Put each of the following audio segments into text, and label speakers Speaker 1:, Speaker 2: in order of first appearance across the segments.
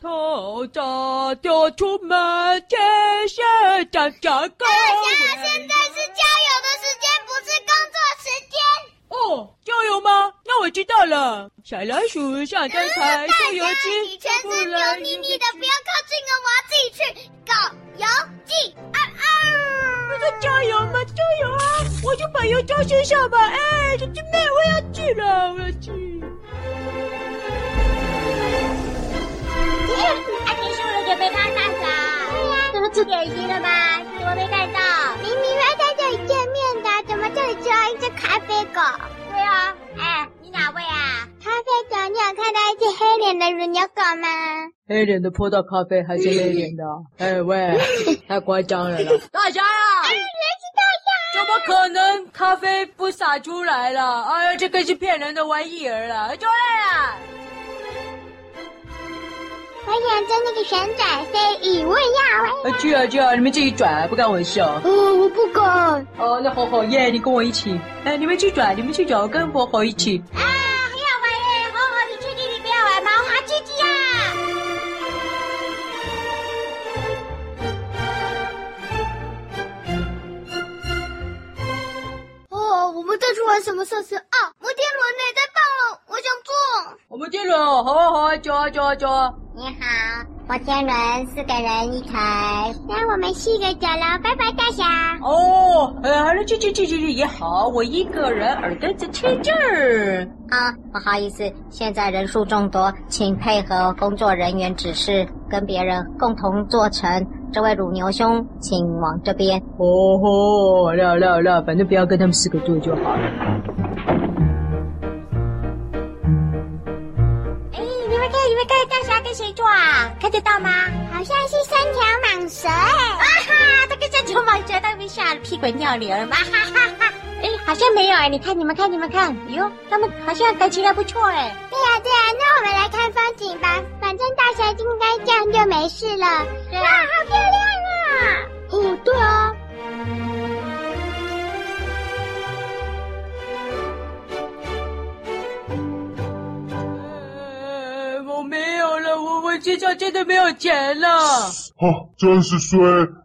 Speaker 1: 头早就出门，建设长长高。
Speaker 2: 想要哎现在是郊游的时间，不是工作时间。
Speaker 1: 哦，郊游吗？那我知道了。小老鼠上灯台，
Speaker 2: 大
Speaker 1: 出游
Speaker 2: 嗯家
Speaker 1: 吃
Speaker 2: 哎你，全
Speaker 1: 不
Speaker 2: 身油
Speaker 1: 然
Speaker 2: 腻
Speaker 1: 你
Speaker 2: 腻的
Speaker 1: 就，
Speaker 2: 不要靠近了，我要自己去。狗游记，啊啊！
Speaker 1: 不是郊游吗？郊游啊！我就把油浇身上吧。哎，小弟妹，我要去了，我要去。
Speaker 3: 哎安迪是不是就被他带走？对呀、这不是点心了吗？怎么没带到？
Speaker 2: 明明会在这里见面的，怎么这里只有一只咖啡狗？
Speaker 3: 对啊，哎，你哪位啊？
Speaker 2: 咖啡狗，你有看到一只黑脸的乳牛狗吗？
Speaker 1: 黑脸的泼到咖啡还是黑 脸的、哎喂，太夸张了啦！ 大侠啊！
Speaker 3: 哎
Speaker 1: 怎么可能咖啡不洒出来了？哎呀，这个是骗人的玩意儿哎啦！出来啦！
Speaker 2: 我想做那个旋转飞椅，我也要啊！
Speaker 1: 啊，去啊去啊！你们自己转，不干我事哦。
Speaker 2: 哦，我不敢。啊，
Speaker 1: 哦，那火火耶，你跟我一起。哎，你们去转，你们去转，我跟火火一起。
Speaker 2: 很好玩耶！好好，你确定你不要玩吗？我好刺激啊！哦，我们这次玩什么设施啊？摩天轮呢？太棒了，我想坐。
Speaker 1: 我们接着，好啊好啊，走啊走啊走啊！
Speaker 2: 你好，摩天轮四个人一台，那我们四个走了，拜拜，大侠。
Speaker 1: 哦，呃，那去去去去去也好，我一个人耳根子贴这儿。
Speaker 3: 啊，不好意思，现在人数众多，请配合工作人员指示，跟别人共同做成。这位乳牛兄，请往这边。
Speaker 1: 哦吼，绕绕绕，反正不要跟他们四个做就好了。
Speaker 3: 哎，你们看，你们看，大侠跟谁做啊？看得到吗？
Speaker 2: 好像是三条蟒蛇哎，
Speaker 3: 啊哈，他跟三条蟒蛇，他被吓得屁滚尿流了嘛，哈哈哈哈。哎，好像没有哎，你看，你们看，你们看，哟，他们好像感情还不错哎。
Speaker 2: 对呀、对呀、那我们来看风景吧，反正大侠应该这样就没事了。
Speaker 3: 对
Speaker 2: 哇，好漂亮啊！哦，对啊，
Speaker 1: 呃，我没有了，我我身上真的没有钱了。
Speaker 4: 哈、啊真是衰，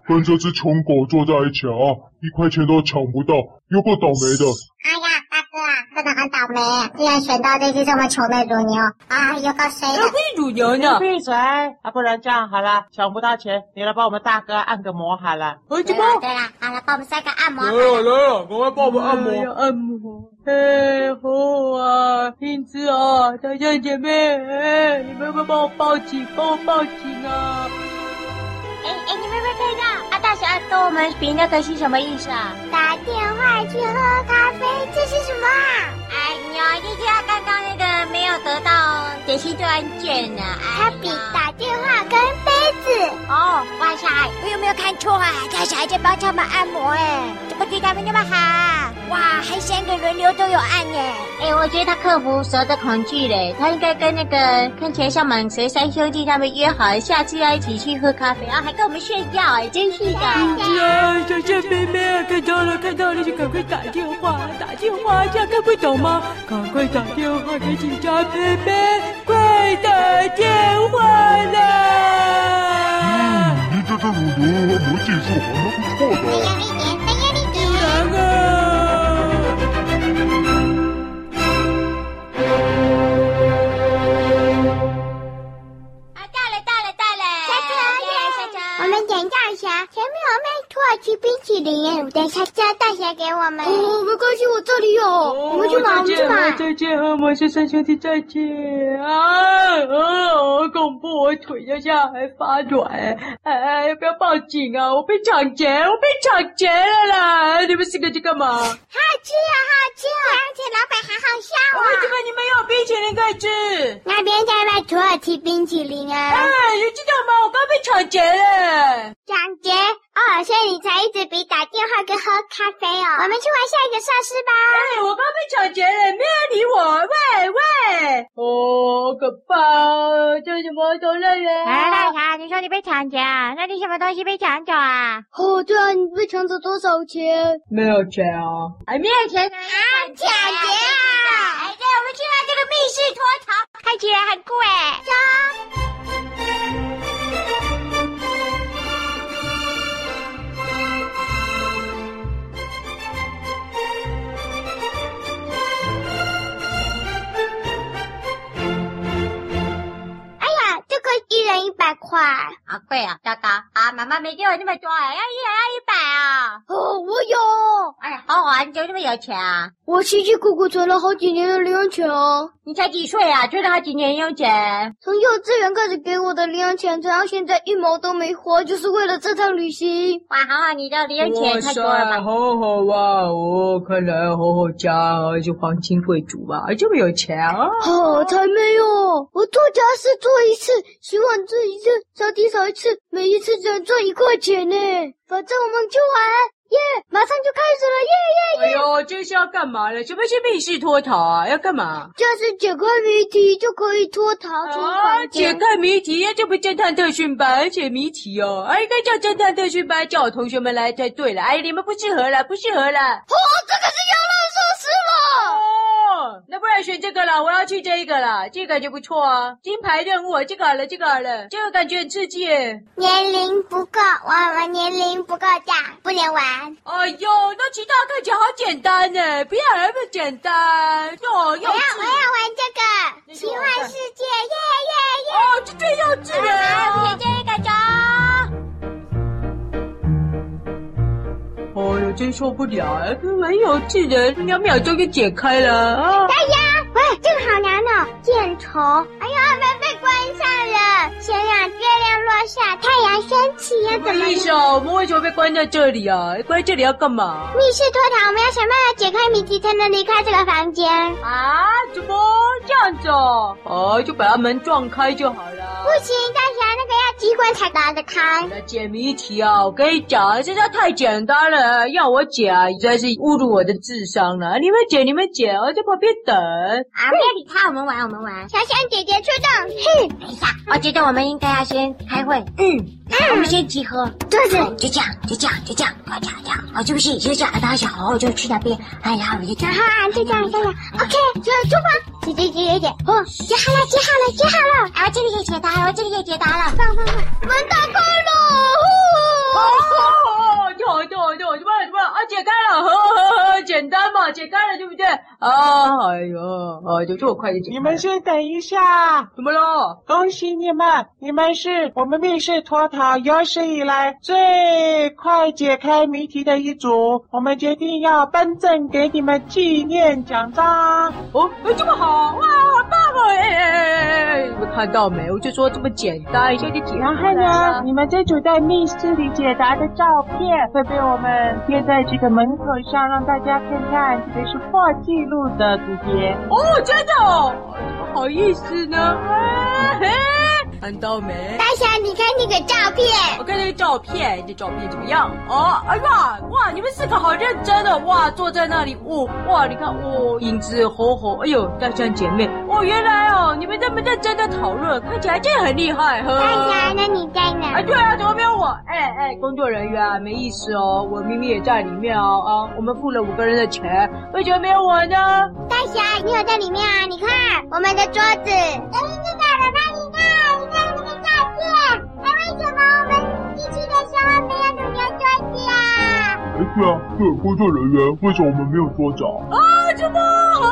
Speaker 4: 跟这只穷狗坐在一起啊，一块钱都抢不到，又够倒霉的。
Speaker 2: 哎呀，大哥啊，真的很倒霉啊，居然选到这只这么穷的乳牛啊，又靠谁
Speaker 1: 还会乳牛呢？
Speaker 5: 闭嘴！啊，不然这样好了，抢不到钱，你来帮我们大哥按个摩好了。
Speaker 1: 儿子
Speaker 2: 对
Speaker 1: 吗？
Speaker 2: 了对了，好了，帮我们三个按摩吧。
Speaker 6: 了，赶快帮我们按摩。
Speaker 1: 按摩。哎，好啊，英子啊，大象姐妹，哎，你们快帮我抱紧，帮我抱紧啊！
Speaker 3: 哎哎，你们有没有看到啊？大侠跟我们比那个是什么意思啊？
Speaker 2: 打电话去喝咖啡，这是什么啊？
Speaker 3: 哎呀，就是他刚刚那个没有得到解析这案件呢。哎
Speaker 2: 他
Speaker 3: 呀
Speaker 2: 比打电话跟杯子。
Speaker 3: 哦，哇塞，我有没有看错啊？大侠还在帮他们按摩哎，怎么对他们那么好啊？哇，还三个轮流都有按耶。哎，我觉得他克服蛇的恐惧嘞，他应该跟那个看起来像蟒蛇三兄弟他们约好，下次要一起去喝咖啡，然后啊还跟我们炫耀哎，真是的。
Speaker 2: 嗯
Speaker 1: 啊，小象妹妹啊，看到了，看到了，就赶快打电话，打电话，这样看不懂吗？赶快打电话给警察贝贝，快打电话啦！
Speaker 4: 你这只乳牛没技术，还蛮不错
Speaker 2: 再
Speaker 4: 的。
Speaker 2: 用力点，再用力点。
Speaker 1: 然啊！
Speaker 3: 啊，到了到了到了，
Speaker 2: 下啊车
Speaker 3: 下车下
Speaker 2: 我
Speaker 3: 车。
Speaker 2: 们点大侠，前面有卖土耳其冰淇淋，等一下叫大侠给我们。哦，没关系，我这里有，我们去哦买，我们去
Speaker 1: 哦
Speaker 2: 买。
Speaker 1: 再见，和摩斯三兄弟再见啊！哦，好恐怖，我腿要下还发软，哎，要不要报警啊？我被抢劫，我被抢劫了啦！你们四个在干嘛？我
Speaker 2: 好吃啊，好吃啊！而且老板好好笑啊。
Speaker 1: 怎么你们有冰淇淋可以吃？
Speaker 2: 那边在卖土耳其冰淇淋
Speaker 1: 哎，
Speaker 2: 啊。
Speaker 1: 你知道吗？我刚被抢劫了。
Speaker 2: 蒋杰，哦，所以你才一直比打电话跟喝咖啡哦。我们去玩下一个设施吧。
Speaker 1: 哎，我刚被抢劫了，没有理我，喂喂！哦，好可怕哦，这是什么游乐园啊？
Speaker 3: 侠，你说你被抢劫啊？那你什么东西被抢走啊？
Speaker 2: 哦，对啊，你被抢走多少钱？
Speaker 1: 没有钱啊！哎，没有钱啊！
Speaker 2: 抢劫啊！
Speaker 3: 哎，对，我们去看这个密室脱逃，看起来很酷哎。
Speaker 2: 走。一百块。
Speaker 3: 好贵啊，糟糕啊！妈妈没给我那么多，要一人要一百啊！
Speaker 2: 哦，我有，
Speaker 3: 哎呀，好啊，你怎么那么有钱啊？
Speaker 2: 我辛辛苦苦存了好几年的零用钱哦，
Speaker 3: 你才几岁啊？存了好几年零用钱，
Speaker 2: 从幼稚园开始给我的零用钱，存到现在一毛都没花，就是为了这趟旅行。
Speaker 3: 哇，好好，啊你的零用钱
Speaker 1: 哇
Speaker 3: 太
Speaker 1: 塞
Speaker 3: 多了，吧？
Speaker 1: 好好哇哦！看来好好家而且皇亲贵族吧，这么有钱啊！
Speaker 2: 哦，才没有！我做家事做一次，洗碗做一次，扫地扫一次，每一次只能赚一块钱呢。反正我们去玩，耶！马上就开始了，耶耶！
Speaker 1: 哎呦，这是要干嘛呢？什么是密室脱逃啊？要干嘛？
Speaker 2: 就是解开谜题就可以脱逃出
Speaker 1: 啊，
Speaker 2: 房
Speaker 1: 解
Speaker 2: 间。
Speaker 1: 开谜题，这不侦探特训班，而且谜题哦，哎，应该叫侦探特训班，叫我同学们来才对了。哎，你们不适合了，不适合了。哦，那不然选这个啦，我要去这一个啦，这个感觉不错啊，金牌任务，这个好了，这个好了，这个感觉很刺激耶。
Speaker 2: 年龄不够，我们年龄不够大，不能玩。
Speaker 1: 哎呦，那其他看起来好简单呢，不要那么简单，哦，幼
Speaker 2: 我要
Speaker 1: 稚，
Speaker 2: 我要玩这个
Speaker 1: 那
Speaker 2: 奇
Speaker 1: 就玩
Speaker 2: 幻
Speaker 1: 吧
Speaker 2: 世界，耶哦
Speaker 1: 哦，这最幼稚了
Speaker 3: 啊，
Speaker 1: 啊。
Speaker 3: 别这个钟。
Speaker 1: 哦呦，真受不了，蛮有稚的，两秒钟就解开了啊。
Speaker 2: 耶耶！哎呀，喂，这个好难哦，箭头。哎呀，门被关上了。想想月亮落下，太阳升起，要
Speaker 1: 不好
Speaker 2: 怎么
Speaker 1: 意
Speaker 2: 样？
Speaker 1: 思啊，我们为什么被关在这里啊？关在这里要干嘛？
Speaker 2: 密室脱逃，我们要想办法解开谜题才能离开这个房间。
Speaker 1: 啊？怎么这样子哦？哦，就把它门撞开就好了
Speaker 2: 不。行，大侠那个要机关才打得开。
Speaker 1: 那解谜题啊，我跟你讲，这道太简单了，要我解啊，实在是侮辱我的智商了。啊你们解，你们解，我在旁边等。
Speaker 3: 啊，不要理他，我们玩，我们玩。
Speaker 2: 小象姐姐出动，哼，
Speaker 3: 等一下，我觉得我们应该要先开会。嗯，我们先集合。
Speaker 2: 对对
Speaker 3: 就这样，就这样，就这样，快点，这样。啊，是不是？就这样，大小猴就去那边。哎呀，我就这
Speaker 2: 然
Speaker 3: 样
Speaker 2: 后。啊，就这样，这样，OK，就出发。姐姐姐姐姐，哦，接好了，接好了，接好了，
Speaker 3: 啊，这个也解答了，我这个也解答了。
Speaker 2: 放放放，门打开了，
Speaker 1: 哦，对对对，怎么了怎么了？啊，解开了，呵呵呵，简单嘛，解开了，对不对？啊，哎呦，啊，就这么快就解开了。
Speaker 5: 你们先等一下，
Speaker 1: 怎么了？
Speaker 5: 恭喜你们，你们是我们密室脱逃有史以来最快解开谜题的一组。我们决定要颁赠给你们纪念奖章。
Speaker 1: 哦，哎这么好哇，好棒哦！哎哎哎哎哎，你们看到没？我就说这么简单，一下就解开
Speaker 5: 然后
Speaker 1: 了
Speaker 5: 呢，。你们这组在密室里解答的照片会被我们贴在这个门口上，让大家看看，这个是破纪录的直接。
Speaker 1: 哦，真的哦，怎么好意思呢？哎嘿，看到没？
Speaker 2: 大侠，你看那个照片，
Speaker 1: 我看这个照片，这照片怎么样？哦，哎呀，哇，你们四个好认真哦！哇，坐在那里，哦，哇，你看，哦，影子吼吼，哎呦，大象姐妹，哦，原来哦，你们这么认真的讨论，看起来真的很厉害，呵。
Speaker 2: 大侠，那你在
Speaker 1: 哎，
Speaker 2: 哪？
Speaker 1: 对啊，怎么没有我？哎哎，工作人员啊，没意思哦，我明明也在里面哦啊，我们付了五个人的钱，为什么没有我呢？
Speaker 2: 大侠，你有在里面啊？你看我们的桌子，但是这个我帮你看，你看那个照片，那为什么我们一起的时候没有留留桌子啊？
Speaker 4: 哎，对啊，对，工作人员，为什么我们没有哦桌角？
Speaker 1: 啊，怎么？啊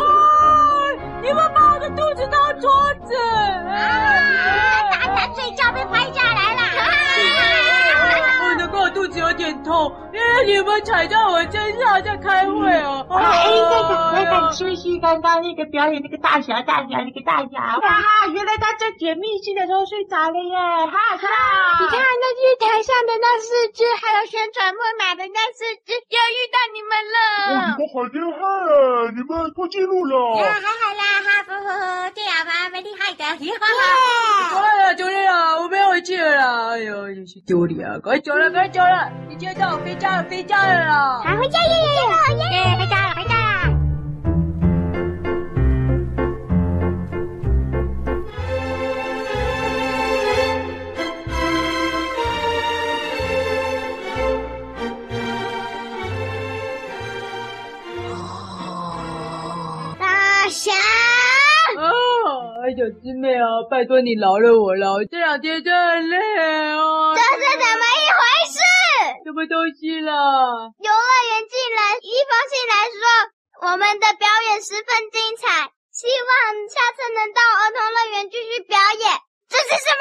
Speaker 1: 你们把我的肚子当桌子？哎
Speaker 2: 啊！
Speaker 1: 啊！
Speaker 2: 打打睡觉被拍下来了。
Speaker 1: 哎我的我肚子有点痛，因为你们踩在我身上在开会哦。
Speaker 5: 啊！哎，那个
Speaker 1: 哎
Speaker 5: 那
Speaker 1: 呀
Speaker 5: 个虚虚刚刚那个表演那个大侠大侠那个大侠，哇！原来他在解密室的时候睡着了耶，
Speaker 2: 你
Speaker 5: 哈
Speaker 3: 啊
Speaker 5: 哈！
Speaker 2: 看那月台上的那四只，还有旋转木马的那四只，又遇到你
Speaker 4: 哦，
Speaker 2: 们了。
Speaker 4: 你们好厉害，啊你们破纪录了！
Speaker 3: 啊，还好啦，哈，呵呵，对啊，蛮蛮厉害的，嘿哈
Speaker 1: 走
Speaker 3: 哈。
Speaker 1: 了，走了啦，我没有去了。哎呦，真是丢脸啊！赶紧走了，赶紧走了，你接到回家了，回家了哎啦。
Speaker 2: 还回家耶耶耶！
Speaker 3: 对，回家了，回家了。
Speaker 2: 大侠，
Speaker 1: 啊，小师妹啊，拜托你饶了我了，我这两天真的很累哦。
Speaker 2: 这是怎么一回事？
Speaker 1: 什么东西啦？
Speaker 2: 游乐园竟然一封信来说，我们的表演十分精彩，希望下次能到儿童乐园继续表演。这是什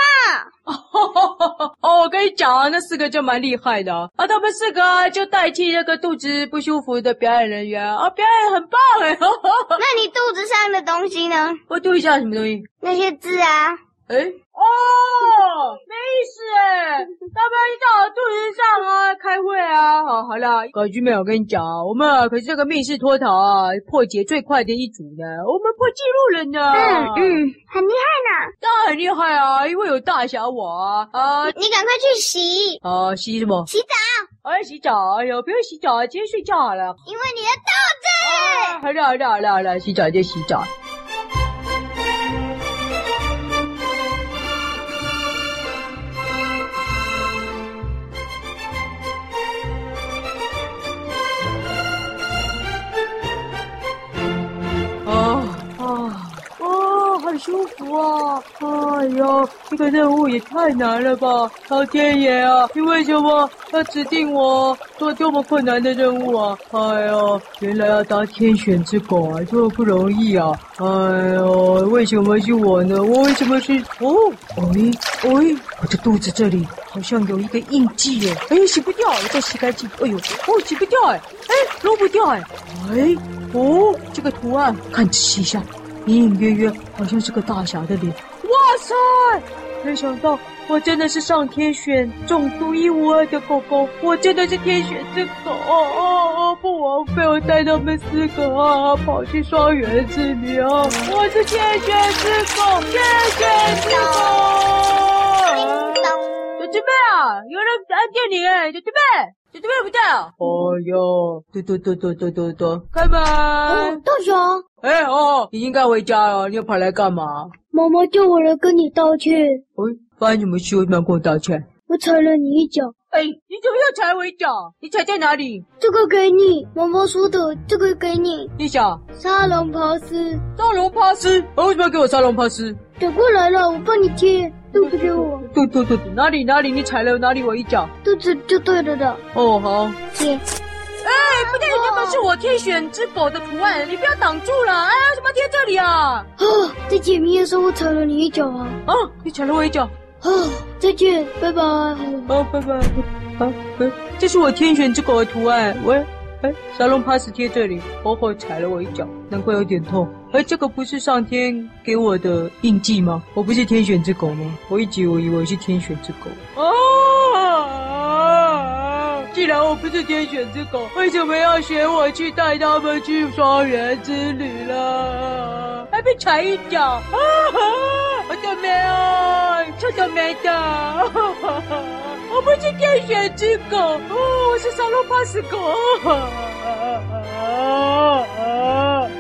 Speaker 2: 么？
Speaker 1: 哦，跟你讲啊，那四个就蛮厉害的啊，啊他们四个啊就代替那个肚子不舒服的表演人员啊，表演很棒哎、
Speaker 2: 那你肚子上的东西呢？
Speaker 1: 我读一下什么东西？
Speaker 2: 那些字啊，
Speaker 1: 哎、哦，没意思哎，他们到我肚子上啊，开会啊，好，好啦，葛局妹，我跟你讲啊，我们啊可是这个密室脱逃啊，破解最快的一组呢，我们破纪录了呢，
Speaker 2: 嗯嗯，很厉害呢。
Speaker 1: 当然很厉害啊，因为有大侠我啊，啊
Speaker 2: 你赶快去洗
Speaker 1: 啊，洗什么？
Speaker 2: 洗澡，
Speaker 1: 哎，洗澡，哎呦，不用洗澡啊，直接睡觉好了。
Speaker 2: 因为你的肚子。
Speaker 1: 啊好了好了好了好了，洗澡就洗澡。哦哦哦，好舒服啊！哎呦，这个任务也太难了吧！老天爷啊，你为什么要指定我做这么困难的任务啊？哎呦，原来要当天选之狗啊，这么不容易啊！哎呦，为什么是我呢？我为什么是……哦，哎哎，我的肚子这里好像有一个印记耶！哎，洗不掉，我再洗干净。哎呦，哦，洗不掉哎，哎，揉不掉哎，哎。哦，这个图案看仔细一下，隐隐约约好像是个大侠的脸。哇塞！没想到我真的是上天选中独一无二的狗狗，我真的是天选之狗。哦哦哦！不枉费我带他们四个啊跑去双园之旅啊！我是天选之狗，天选之狗。小鸡妹啊，有人按电铃哎，小鸡妹，小鸡妹不在啊？哦哟，嘟嘟嘟嘟嘟嘟嘟，开门！
Speaker 2: 哦，大侠，
Speaker 1: 哎、哦，已经该回家了，你又跑来干嘛？哎
Speaker 2: 妈妈叫我来跟你道歉，
Speaker 1: 喂、发生什么事？为什么要跟我道歉？
Speaker 2: 我踩了你一脚。
Speaker 1: 哎，你怎么又踩我一脚？你踩在哪里？
Speaker 2: 这个给你，妈妈说的，这个给你。
Speaker 1: 你想
Speaker 2: 沙龙刨丝，
Speaker 1: 沙龙帕斯？哦为什么要给我沙龙帕斯？
Speaker 2: 转过来了，我帮你贴，肚子给我，
Speaker 1: 对对对，哪里哪里？你踩了哪里我一脚？
Speaker 2: 肚子就对了的。啊
Speaker 1: 哦，好。
Speaker 2: 贴，
Speaker 1: 哎，不对，这不是我天选之狗的图案，你不要挡住了！哎呀，为什么要贴这里啊？
Speaker 2: 啊，在解谜的时候我踩了你一脚啊！
Speaker 1: 啊，你踩了我一脚。
Speaker 2: 啊，再见，拜拜。
Speaker 1: 哦，拜拜。啊，哎这是我天选之狗的图案。喂，哎，沙龙 pass 贴这里，活活踩了我一脚，难怪有点痛。哎，这个不是上天给我的印记吗？我不是天选之狗吗？我一直我以为是天选之狗。啊！既然我不是天选之狗，为什么要选我去带他们去双人之旅了？还被踩一脚，啊！ 我倒霉哦，臭倒霉的！ 我不是天选之狗，哦，我是沙龙帕斯狗。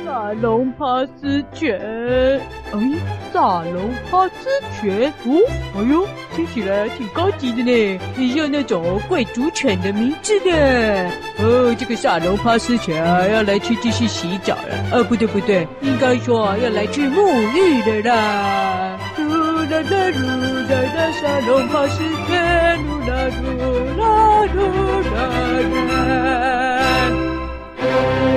Speaker 1: 萨隆帕斯犬，哎，萨隆帕斯犬，哦，哎呦，听起来挺高级的呢，很像那种贵族犬的名字呢。哦，这个萨隆帕斯犬啊，要来去继续洗澡了。啊，不对不对，应该说啊，要来去沐浴的啦。噜啦啦噜啦啦，萨隆帕斯犬，噜啦噜啦噜啦啦。